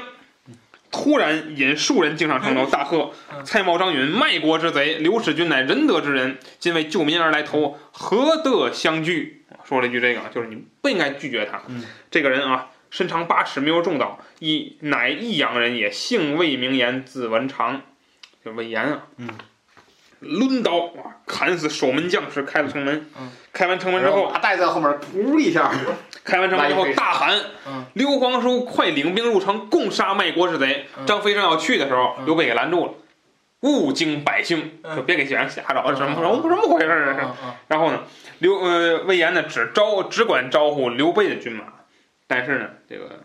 突然引数人径上城楼，大喝：“嗯蔡瑁、张允，卖国之贼！刘使君乃仁德之人，今为救民而来投，何得相拒？”说了一句这个啊，就是你不应该拒绝他。嗯这个人啊，身长八尺，没有中刀，一乃益阳人也，姓魏，名延，字文长，就魏延啊。嗯。抡刀啊，砍死守门将士，开了城门。嗯开完城门之然后后，麻袋在后面噗一下，开完城门之后拉一飞大喊：“嗯刘皇叔，快领兵入城，共杀卖国之贼！”嗯张飞正要去的时候，嗯刘备给拦住了，勿惊百姓，嗯就别给选吓着了，嗯什么什嗯么什么回事儿这是？嗯嗯然后呢，刘呃魏延呢只招只管招呼刘备的军马，但是呢，这个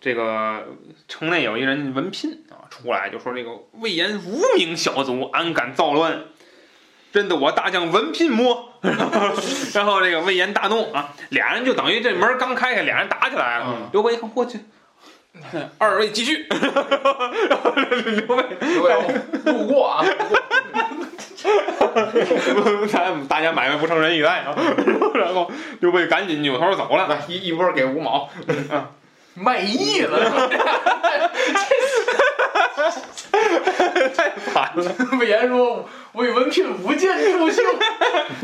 这个城内有一人文聘啊出来就说这个魏延无名小卒，安敢造乱，真的我大将文聘摸。 然后这个魏延大怒啊，俩人就等于这门刚开开，俩人打起来了。嗯刘备一看，我去。二位继续，然后刘备刘备路过啊，咱大家买卖不成仁义在啊，然后刘备赶紧扭头走了。一一波给五毛，卖艺了。惨了，魏延说：“魏文聘无剑助 兴。”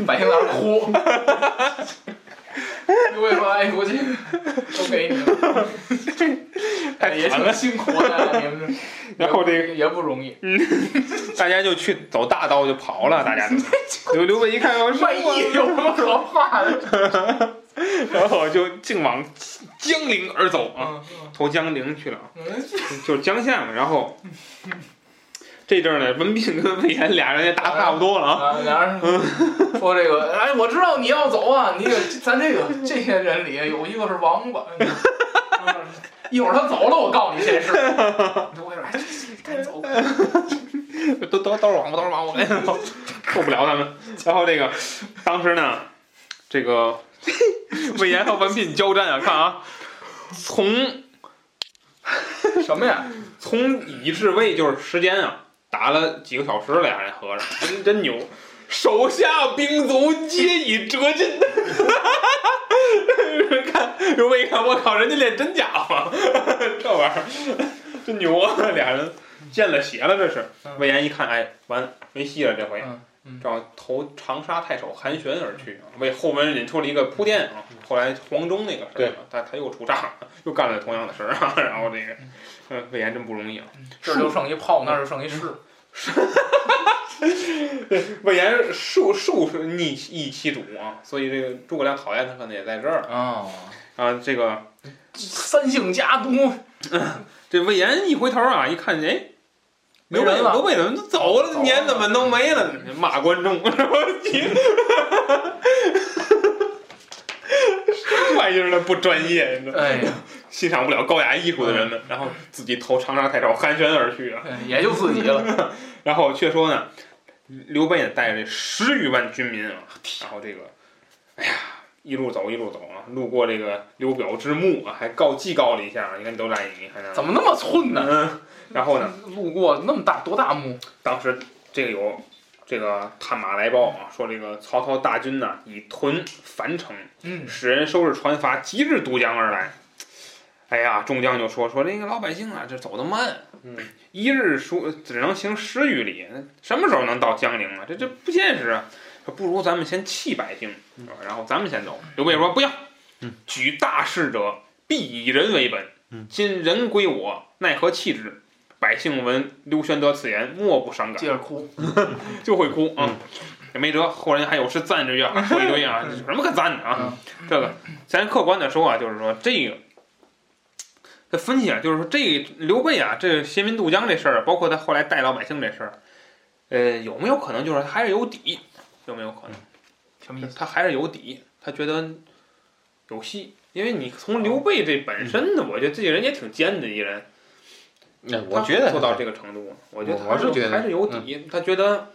百姓在那儿哭。刘备说：“哎，我这个都给你了，哎也太惨挺了。辛苦的，你们这 然后这个也不容易。大家就去走大道就跑了，大家就刘刘备一看哦我卖艺有什么可怕的？然后就径往江陵而走啊，嗯投江陵去了啊，嗯嗯，就是江夏嘛。然后这阵儿呢，文聘跟魏延俩人也打差不多了啊，啊，俩人说这个，哎，我知道你要走啊，你得咱这个这些人里有一个是王八。嗯一会儿他走了，我告诉你谁是。 刘备说：“哎，赶紧走。”都都都是王八，都是王八，哎呦受不了他们。然后这个当时呢，这个 魏延和文聘交战啊，看啊，从什么呀？从乙至未就是时间啊，打了几个小时了，俩人合着真真牛。手下兵卒皆已折尽， 看刘备一看，我靠，人家练真假吗？ 这玩意儿真牛啊！俩人见了血了，这是。嗯魏延一看，哎，完了没戏了，这回嗯嗯正好投长沙太守韩玄而去，为后文引出了一个铺垫嗯啊。后来黄忠那个事儿对啊，他他又出岔了，又干了同样的事儿啊。 然后这个，嗯，魏延真不容易啊。这儿就剩一炮，那儿就剩一士。魏延数数是逆逆其主啊，所以这个诸葛亮讨厌他，可能也在这儿啊，哦啊。这个三姓家奴，这魏延一回头啊，一看，哎，没刘备人了刘备怎么都走走了？了嗯年怎么都没了？骂观众， 什么玩意儿呢？不专业，你知道哎呀，欣赏不了高雅艺术的人嗯们，然后自己投长沙太守韩暄而去啊。哎也就自己了。然后却说呢，刘备呢带着十余万军民啊，然后这个，哎呀，一路走一路走啊，路过这个刘表之墓啊，还告祭告了一下，你看都在你看怎么那么寸呢？嗯，然后呢，路过那么大多大墓，当时这个有这个探马来报啊，说这个曹操大军呢已屯樊城，嗯，使人收拾船筏，急至都江而来。哎呀，众将就说说这个老百姓啊，这走得慢，嗯，一日数只能行十余里，什么时候能到江陵啊？这这不现实啊！说不如咱们先弃百姓，啊然后咱们先走。刘备说不要，举大事者必以人为本嗯，今人归我，奈何弃之？百姓闻刘玄德此言，莫不伤感接，着哭。就会哭啊。也没辙，后人还有诗赞之曰， 还说一堆啊，有什么可赞的啊？这个咱客观的说啊，就是说这个，这分析啊，就是说这刘备啊，这携民渡江这事儿，包括他后来带老百姓这事儿，呃，有没有可能就是还是有底？有没有可能？什么意思？他还是有底，他觉得有戏。因为你从刘备这本身呢，我觉得这个人也挺奸的一人，那他做到这个程度，我觉得我他还是觉得嗯还是有底。他觉得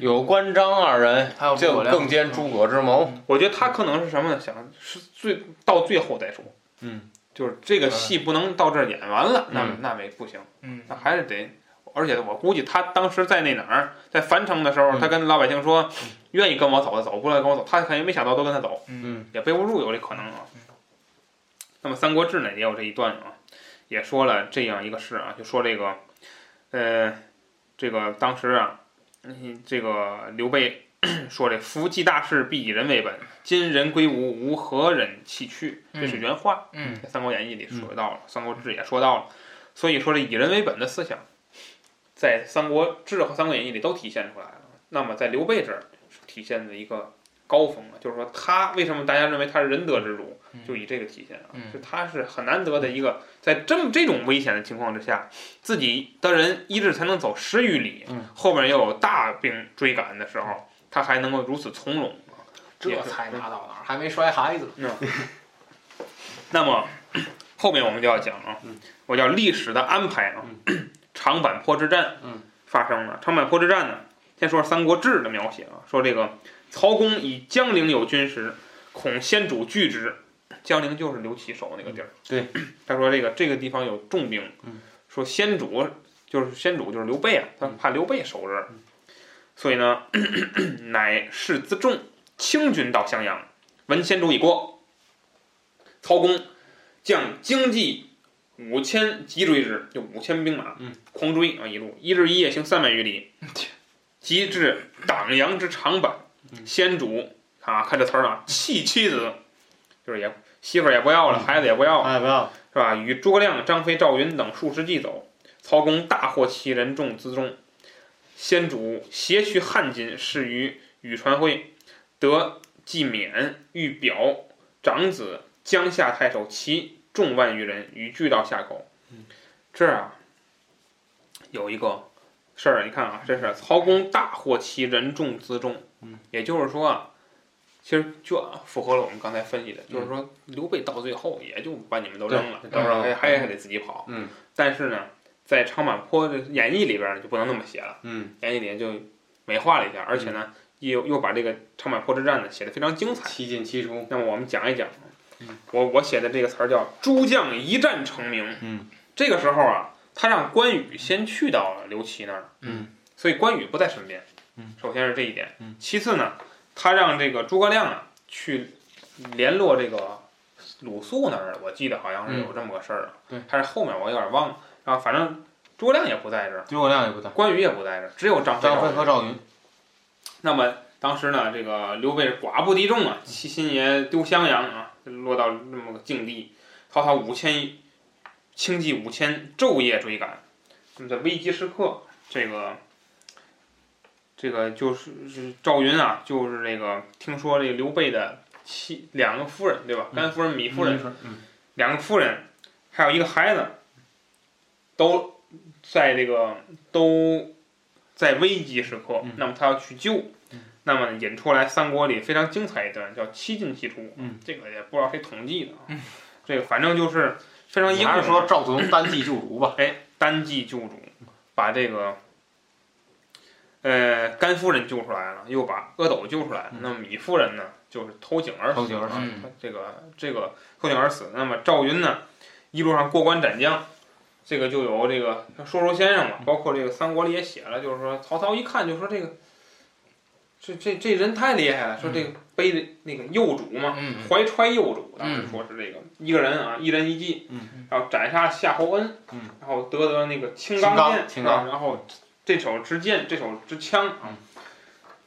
有关张二人，还有诸葛就亮更兼诸葛之谋。我觉得他可能是什么呢？想是最到最后再说，嗯，就是这个戏不能到这儿演完了，那嗯那没不行，嗯那还是得。而且我估计他当时在那哪儿，在樊城的时候，嗯他跟老百姓说，愿意跟我走的走，不愿意跟我走，他肯定没想到都跟他走。嗯也备不住有这可能啊。那么《三国志》呢也有这一段啊，也说了这样一个事啊，就说这个，呃，这个当时啊，嗯这个刘备 说这“夫既大事，必以人为本。今人归吴，吾何忍弃去？”这是原话，嗯在《三国演义》里说到了，三国志》也说到了。所以说这以人为本的思想，在《三国志》和《三国演义》里都体现出来了。那么在刘备这儿是体现的一个高峰了，就是说他为什么大家认为他是仁德之主，嗯就以这个体现啊，嗯就他是很难得的一个，在这么这种危险的情况之下，自己的人一日才能走十余里，嗯后面又有大兵追赶的时嗯候，他还能够如此从容。这才拿到哪儿，还没摔孩子。那么后面我们就要讲啊，我叫历史的安排啊， 长坂坡之战，嗯发生了长坂坡之战呢。先说《三国志》的描写啊，说这个曹公以江陵有军时，恐先主拒之。江陵就是刘琦守那个地儿。对，他说这个这个地方有重兵，嗯说先主就是先主就是刘备啊，他怕刘备守嗯着，所以呢， 乃士辎重，清军到襄阳，闻先主已过，曹公将经济五千急追之，就五千兵马，嗯，狂追啊，一路一日一夜行三百余 里，即至党阳之长坂，嗯先主啊，看这词儿啊，弃妻子，就是也媳妇儿也不要了，孩子也不要了，哎，不要，是吧？与诸葛亮、张飞、赵云等数十骑走，曹公大获其人众辎重。先主携去汉津，仕于宇传会，得纪勉、欲表长子江夏太守齐众万余人，与聚到夏口嗯。这儿啊，有一个事儿，你看啊，这是曹公大获其人众辎重嗯，也就是说啊，其实就符合了我们刚才分析的，就是说刘备到最后也就把你们都扔了嗯对，到时候还对还还得自己跑。嗯但是呢，在长坂坡的演义里边儿就不能那么写了，嗯，演义里就美化了一下，而且呢，又又把这个长坂坡之战呢写的非常精彩。七进七出。那么我们讲一讲嗯，我我写的这个词儿叫“诸将一战成名”。嗯，这个时候啊，他让关羽先去到了刘琦那儿，嗯，所以关羽不在身边。嗯，首先是这一点。嗯，其次呢，他让这个诸葛亮啊去联络这个鲁肃那儿，我记得好像是有这么个事儿啊。嗯对还是后面我有点忘了啊，反正诸葛亮也不在这儿，诸葛亮也不在，关羽也不在这儿，只有张飞。张飞和赵云。那么当时呢，这个刘备是寡不敌众啊，七心也丢襄阳啊，落到这么个境地。曹操五千，轻骑五千，昼夜追赶。那么在危急时刻，这个这个就是是赵云啊，就是这个听说这个刘备的妻两个夫人对吧？甘夫人、米夫人嗯，两个夫人，还有一个孩子，都在这个都在危急时刻，嗯那么他要去救，那么引出来三国里非常精彩一段叫七进七出，嗯这个也不知道谁统计的啊，这个反正就是非常英你勇。还是说赵子龙单骑救主吧？哎，单骑救主，把这个呃甘夫人救出来了，又把阿斗救出来了嗯。那么米夫人呢，就是偷井而死。偷井而死啊嗯这个这个偷井而死。那么赵云呢，一路上过关斩将，这个就有这个说书先生嘛，嗯包括这个三国里也写了，就是说曹操一看就说这个。这这这人太厉害了，说这个背着那个幼主嘛，嗯怀揣幼主，当时嗯说是这个一个人啊，一人一计，嗯然后斩杀夏侯恩，嗯然后得得那个青青钢剑，青啊钢然后这手之剑，这手之枪啊，嗯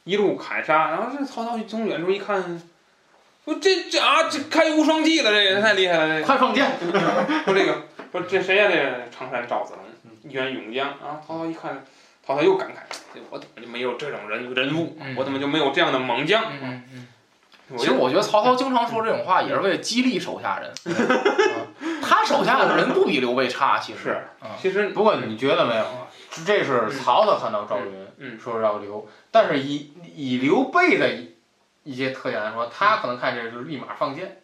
一路砍杀，然后这曹操从远处一看，说这这啊，这开无双计了，这个太厉害了，这个嗯快放箭！说这个说这谁呀、这个常山赵子龙，嗯一员勇将啊，曹操一看，曹操又感慨，这我怎么就没有这种人人物，嗯我怎么就没有这样的猛将？嗯嗯，我其实就我觉得曹操经常说这种话，也是为了激励手 下人。他手下的人不比刘备差，其实嗯是，其实不过你觉得没有啊？这是曹操看到赵云，嗯说要刘，但是以以刘备的一一些特点来说，他可能看这就是立马放箭，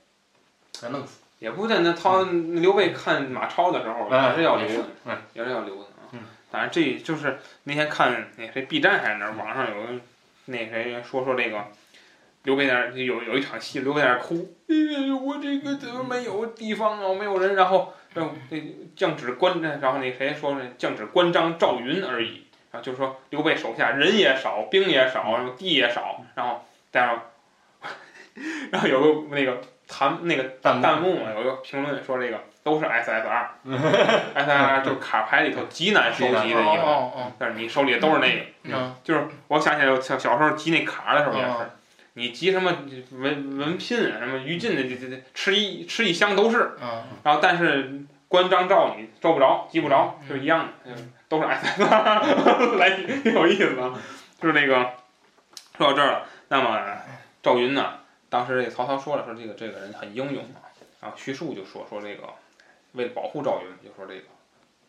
给弄死。也不见得曹刘备看马超的时候哎也是要留也的是哎，也是要留的啊。嗯，当然这就是那天看那谁 B 站还是哪嗯儿，网上有个那谁说说这个。刘备在那儿有有一场戏，刘备在那儿哭，哎呀，我这个怎么没有地方啊，我没有人。然后让那将指关，然后那谁说呢？将指关张赵云而已。然后就说刘备手下人也少，兵也嗯少，然后地也少，然后但是， 然后有个那个弹那个弹幕弹幕嘛，有一个评论说这个都是 SSR，SSR 就是卡牌里头极难收集的一这个，哦哦但是你手里都是那个。哦，嗯，就是我想起来，我小小时候集那卡的时候也是，你集什么文文聘啊，什么于禁的，这这这吃一吃一箱都是，嗯，然后但是关张赵你招不着，集不着，嗯就一样的，就是 都是 SSR，来 挺有意思啊。就是那个说到这儿了，那么赵云呢，当时这曹操说了，说这个这个人很英勇啊，然后徐庶就说说这个为了保护赵云，就说这个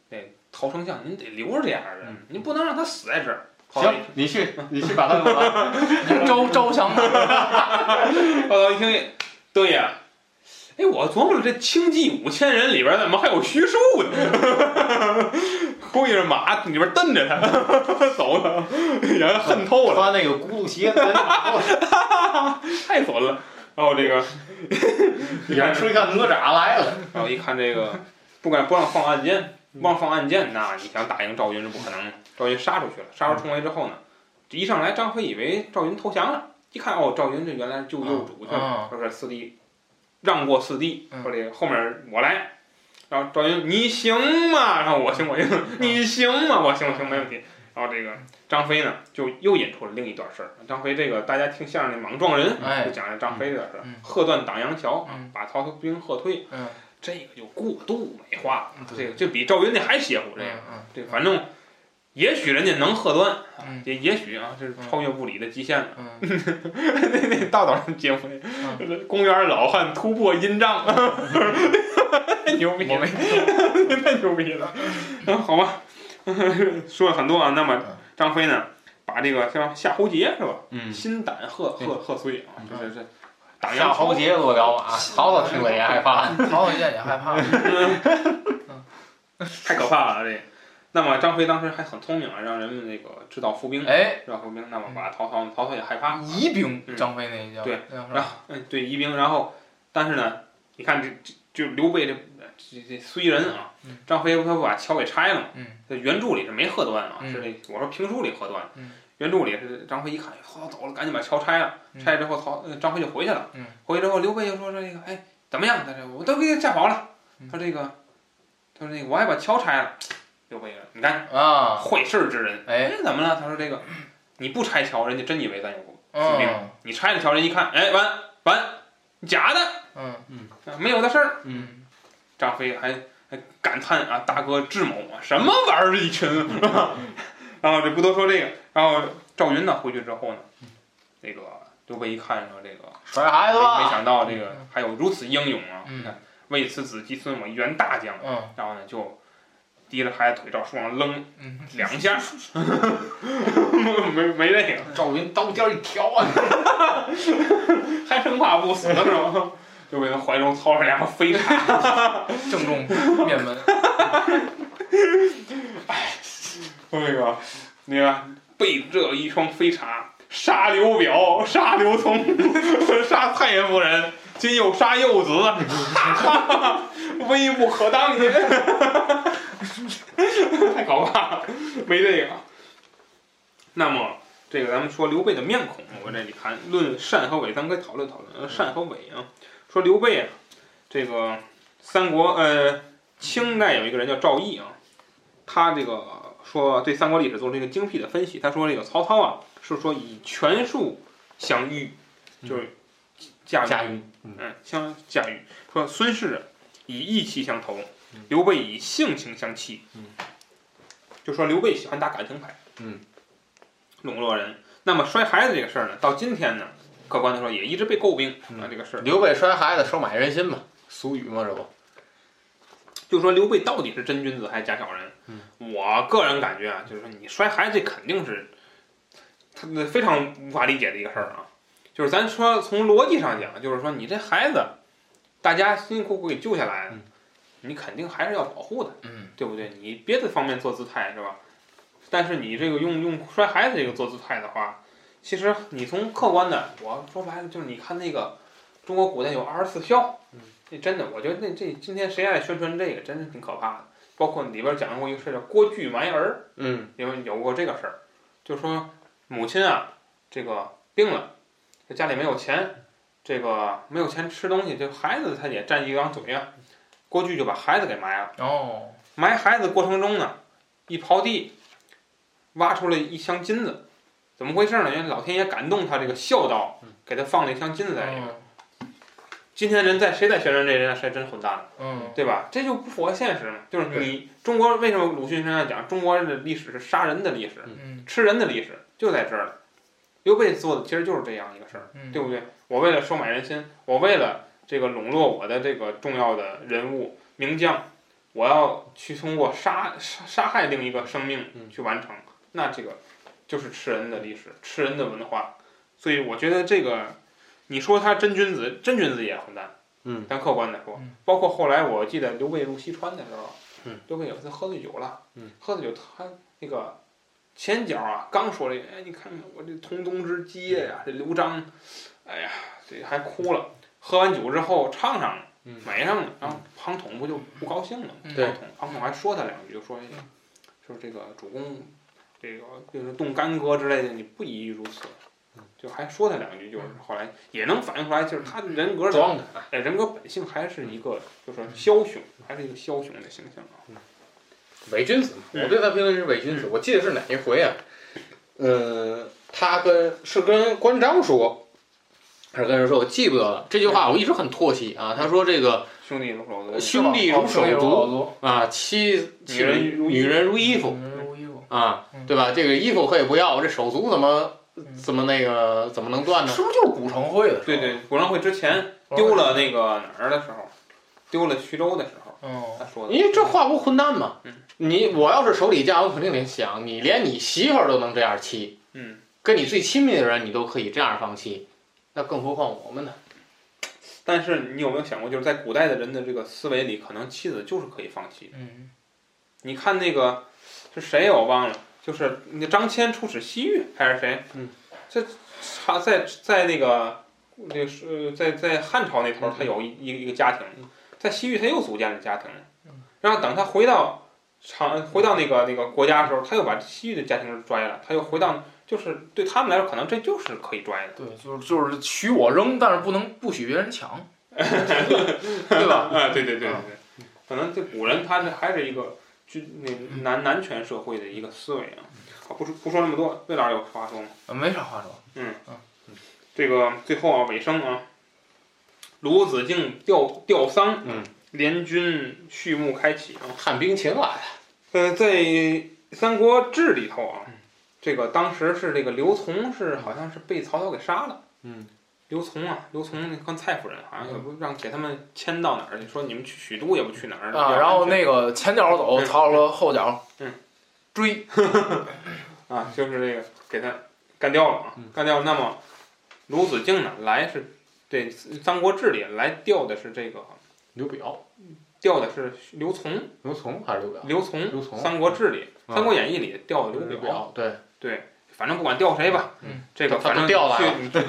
那陶丞相您得留着这样的嗯人，您不能让他死在这儿。后来行，你去，你去把他弄 了。 招招降的，报道一听，对呀、哎，我琢磨着这轻骑五千人里边怎么还有徐庶呢？ 勾引着马里边蹬着他 走了， 让人恨透了，穿那个轱辘鞋，在马路上太损了。然后这个，也是吹上哪吒来 了。然后一看这个，不敢不让放暗箭，嗯不让放暗箭，那你想打赢赵云是不可能的。赵云杀出去了，杀出重围之后呢，这一上来张飞以为赵云投降了，一看哦，赵云这原来是救幼主去了，嗯，就是四弟让过四弟，嗯说这个后面我来。然后赵云，你行吗？然后我行我行，嗯你行吗？我行我行没问题。然后这个张飞呢，就又引出了另一段事儿。张飞这个大家听相声那莽撞人，哎就讲这张飞这段事儿嗯，喝断党阳桥，嗯把曹操兵喝退。嗯这个就过度美化了，对这个这比赵云那还邪乎。嗯这个嗯这个反正，也许人家能喝断，嗯也也许啊，这是超越物理的极限了。嗯那 那大岛上节目里， 公园老汉突破阴障， 太牛逼嗯，我了没，听过，太牛逼了。嗯，好吧， 说了很多啊。那么嗯张飞呢，把这个像夏侯杰是吧？嗯，心胆贺对贺贺岁啊，这这这，挡夏阳侯杰多聊啊，曹操听了也害 怕。嗯曹操见也害怕，嗯嗯太可怕了这。那么张飞当时还很聪明啊，让人们那个制造伏兵， 哎，制造伏兵，那么把曹操，曹操也害怕，疑兵，张飞那一叫，对那叫什么，然后，嗯，对，宜宾，然后，但是呢，你看这这就刘备这这这虽人啊嗯，张飞他不把桥给拆了嘛？嗯，在原著里是没喝断啊，嗯是那我说评书里喝断，嗯原著里是张飞一看，哎曹操走了，赶紧把桥拆了，嗯拆了之后曹呃张飞就回去了，嗯回去之后刘备就说说这个，哎，怎么样？他这我都给你吓跑了，嗯他这个，他说那个我还把桥拆了，刘备说你看啊，会事之人，哎，哎，怎么了？他说这个你不拆桥，人家真以为咱有功。嗯你拆了条人一看，哎，完完，假的，嗯啊没有的事儿。嗯，张飞还还感叹啊，大哥智谋啊，什么玩意儿一群，是吧？ 然后这不多说这个，然后赵云呢回去之后呢，这个刘备一看说这个，甩孩子没没吧。想到这个还有如此英勇啊！嗯你看，为此子季孙我袁大将，嗯然后呢就提着孩子腿照树上扔嗯，两 下， 没没这个。 赵云刀尖一挑啊，还生怕不死呢是吗？ 就被他怀中掏出俩飞叉，正中面门，那个，你看被这一双飞叉杀刘表，杀刘琮， 杀蔡夫人，今又杀幼子， 哈哈哈，威不可当也。太搞怕了，没这个。那么这个咱们说刘备的面孔，我这里看论善和伪，咱们可以讨论讨论。呃，善和伪啊，说刘备啊，这个三国呃，清代有一个人叫赵翼啊，他这个说对三国历史做出一个精辟的分析。他说这个曹操啊，是说以权术相遇，就是驾驭 驾驭。嗯嗯，相驾驭。说孙氏啊以义气相投嗯，刘备以性情相契。嗯，就说刘备喜欢打感情牌。嗯，笼络人。那么摔孩子这个事儿呢，到今天呢，客观的说也一直被诟病嗯啊。这个事儿，刘备摔孩子，收买人心嘛，俗语嘛，这不。就说刘备到底是真君子还是假小人？嗯，我个人感觉啊，就是说你摔孩子这肯定是他那非常无法理解的一个事儿啊。就是咱说从逻辑上讲，就是说你这孩子，大家辛辛苦苦给救下来的嗯，你肯定还是要保护的，嗯，对不对？你别的方面做姿态是吧？但是你这个用用摔孩子这个做姿态的话，其实你从客观的，我说白了就是你看那个中国古代有二十四孝，嗯，这真的，我觉得那这今天谁爱宣传这个，真是挺可怕的。包括里边讲过一个事儿叫郭巨埋儿，嗯因为有过这个事儿，就说母亲啊，这个病了，这家里没有钱，这个没有钱吃东西，这孩子他也占一张嘴啊。郭巨就把孩子给埋了，哦，埋孩子过程中呢，一刨地，挖出了一箱金子，怎么回事呢？因为老天爷感动他这个孝道，给他放了一箱金子在里面。嗯今天人在谁在宣传这人啊，谁真混蛋了。嗯对吧？这就不符合现实嘛。就是对你中国为什么鲁迅身上讲中国人的历史是杀人的历史，嗯吃人的历史就在这儿了。刘备做的其实就是这样一个事儿，嗯，对不对？我为了收买人心，我为了这个笼络我的这个重要的人物名将，我要去通过杀杀杀害另一个生命嗯去完成，那这个就是吃人的历史，吃人的文化。所以我觉得这个，你说他真君子，真君子也混蛋。嗯，但客观的说嗯，包括后来我记得刘备入西川的时候，嗯，刘备有一次喝醉酒了，嗯，喝醉酒他那个前脚啊，刚说了一句，哎，你看看我这同宗之街啊嗯呀、这刘璋，哎呀，这还哭了。喝完酒之后唱上了，嗯没上了，然后庞统不就不高兴了吗？嗯对庞统庞统还说他两句，就说哎呀，就是这个主公，这个就是动干戈之类的，你不宜如此。就还说他两句，就是后来也能反映出来，就是他的人格装的。哎，人格本性还是一个，就是说枭雄，还是一个枭雄的形象啊。伪君子嘛，嗯我对他评论是伪君子。我记得是哪一回啊？嗯，他跟是跟关张说，还是跟人说？我记不得了。这句嗯话我一直很唾弃啊。他说这个兄弟如手足，兄弟如手足足，啊，妻女妻人如衣女人如衣服女人如衣服，啊嗯，对吧？这个衣服可以不要，我这手足怎么嗯怎么那个怎么能断呢？是不是就是古城会的？对，对，古浪会之前丢了那个哪儿的时候，丢了徐州的时候，嗯他说的。因为这话不混蛋嘛嗯。你我要是手底架，我肯定得想，你连你媳妇儿都能这样欺，嗯，跟你最亲密的人，你都可以这样放弃，那更何况我们呢？但是你有没有想过，就是在古代的人的这个思维里，可能妻子就是可以放弃的。嗯你看那个是谁我忘了，就是那张骞出使西域还是谁？嗯，这他在在那个那个是呃在在汉朝那头儿，他有一一个一个家庭嗯，在西域他又组建了家庭嗯，然后等他回到长嗯回到那个那个国家的时候，他又把西域的家庭拽了，他又回到就是对他们来说，可能这就是可以拽的，对，就是就是许我扔，但是不能不许别人抢。对吧？ 啊，对对对对啊对，可能这古人他这还是一个军那男男权社会的一个思维啊。好，不说不说那么多，魏老师有话说吗？呃没啥话说，这个最后啊，尾声啊，鲁子敬吊吊丧，嗯，联军序幕开启啊。看兵情来了，呃，在《三国志》里头啊，这个当时是这个刘琮是好像是被曹操给杀了。嗯，刘琮啊，刘琮跟蔡夫人好像也不让给他们迁到哪儿去，说你们去许都也不去哪儿啊，然后那那个前脚走，嗯曹操说后脚，嗯，追，啊，就是这个给他干掉了啊，干掉了。那么鲁子敬呢，来是这《三国志》里来调的是这个刘表、调的是刘琮。刘琮还是刘表？刘琮，刘琮《三国志》里，嗯《三国演义》里调刘刘表，表对，反正不管调谁吧，嗯这个他他反正都调了啊呀去你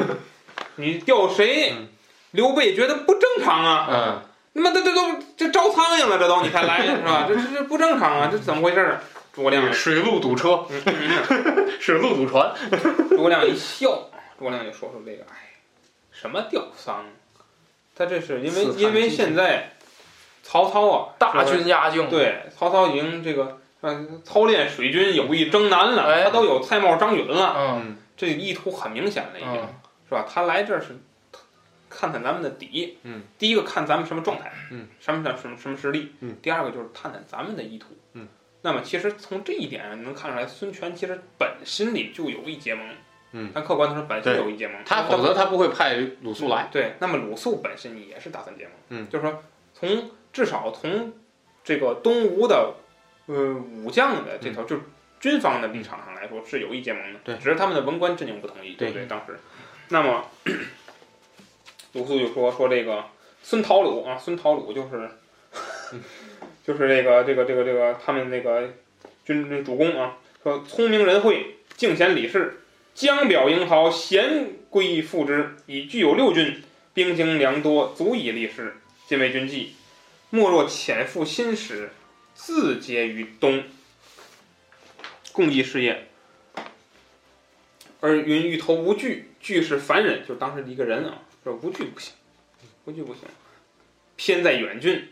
你调谁嗯，刘备觉得不正常啊，嗯，那么这这都这招苍蝇了，这都你才来是吧？这这这不正常啊，这怎么回事儿？诸葛亮，水陆堵车，嗯嗯水陆堵船，诸葛亮一笑，诸葛亮就说出这个，哎，什么吊丧？啊他这是因为自惭因为形秽现在曹操啊，大是吧军压嗯境，对，曹操已经这个嗯操练水军有意征南了，哎他都有蔡瑁、张允了，嗯这意图很明显了，已经、嗯是吧？他来这儿是看看咱们的底，嗯，第一个看咱们什么状态，嗯，什么什么什么实力，嗯，第二个就是探探咱们的意图，嗯。那么其实从这一点能看出来，孙权其实本心里就有意结盟，嗯但客观他说本身对有意结盟，他否则他不会派鲁肃来。对，那么鲁肃本身也是打算结盟，嗯就是说从至少从这个东吴的呃武将的这头、就是军方的立场上来说是有意结盟的，嗯对只是他们的文官阵营不同意，对对不对？当时，那么鲁肃就说说这个孙陶鲁啊，孙陶鲁就是嗯 就是这个这个这个这个他们那个军这主公啊，说聪明仁惠，敬贤礼士，江表英豪，咸归附之，以具有六军，兵精粮多，足以立师，尽为军纪。莫若潜赴新时，自结于东，共济事业。而云欲投无惧，惧是凡人，就是当时的一个人啊，说无惧不行，无惧不行，偏在远郡，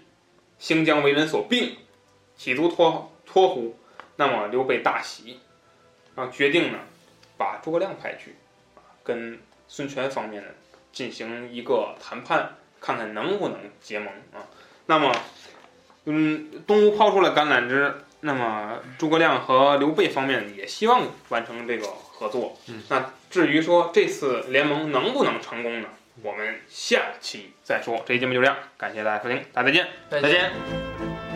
兴将为人所病，企图脱脱乎？那么刘备大喜，然后决定呢，把诸葛亮派去，啊跟孙权方面呢进行一个谈判，看看能不能结盟啊。那么，嗯，东吴抛出了橄榄枝，那么诸葛亮和刘备方面也希望完成这个合作。嗯那至于说这次联盟能不能成功呢？我们下期再说。这期节目就这样，感谢大家收听，大家再见。再再见。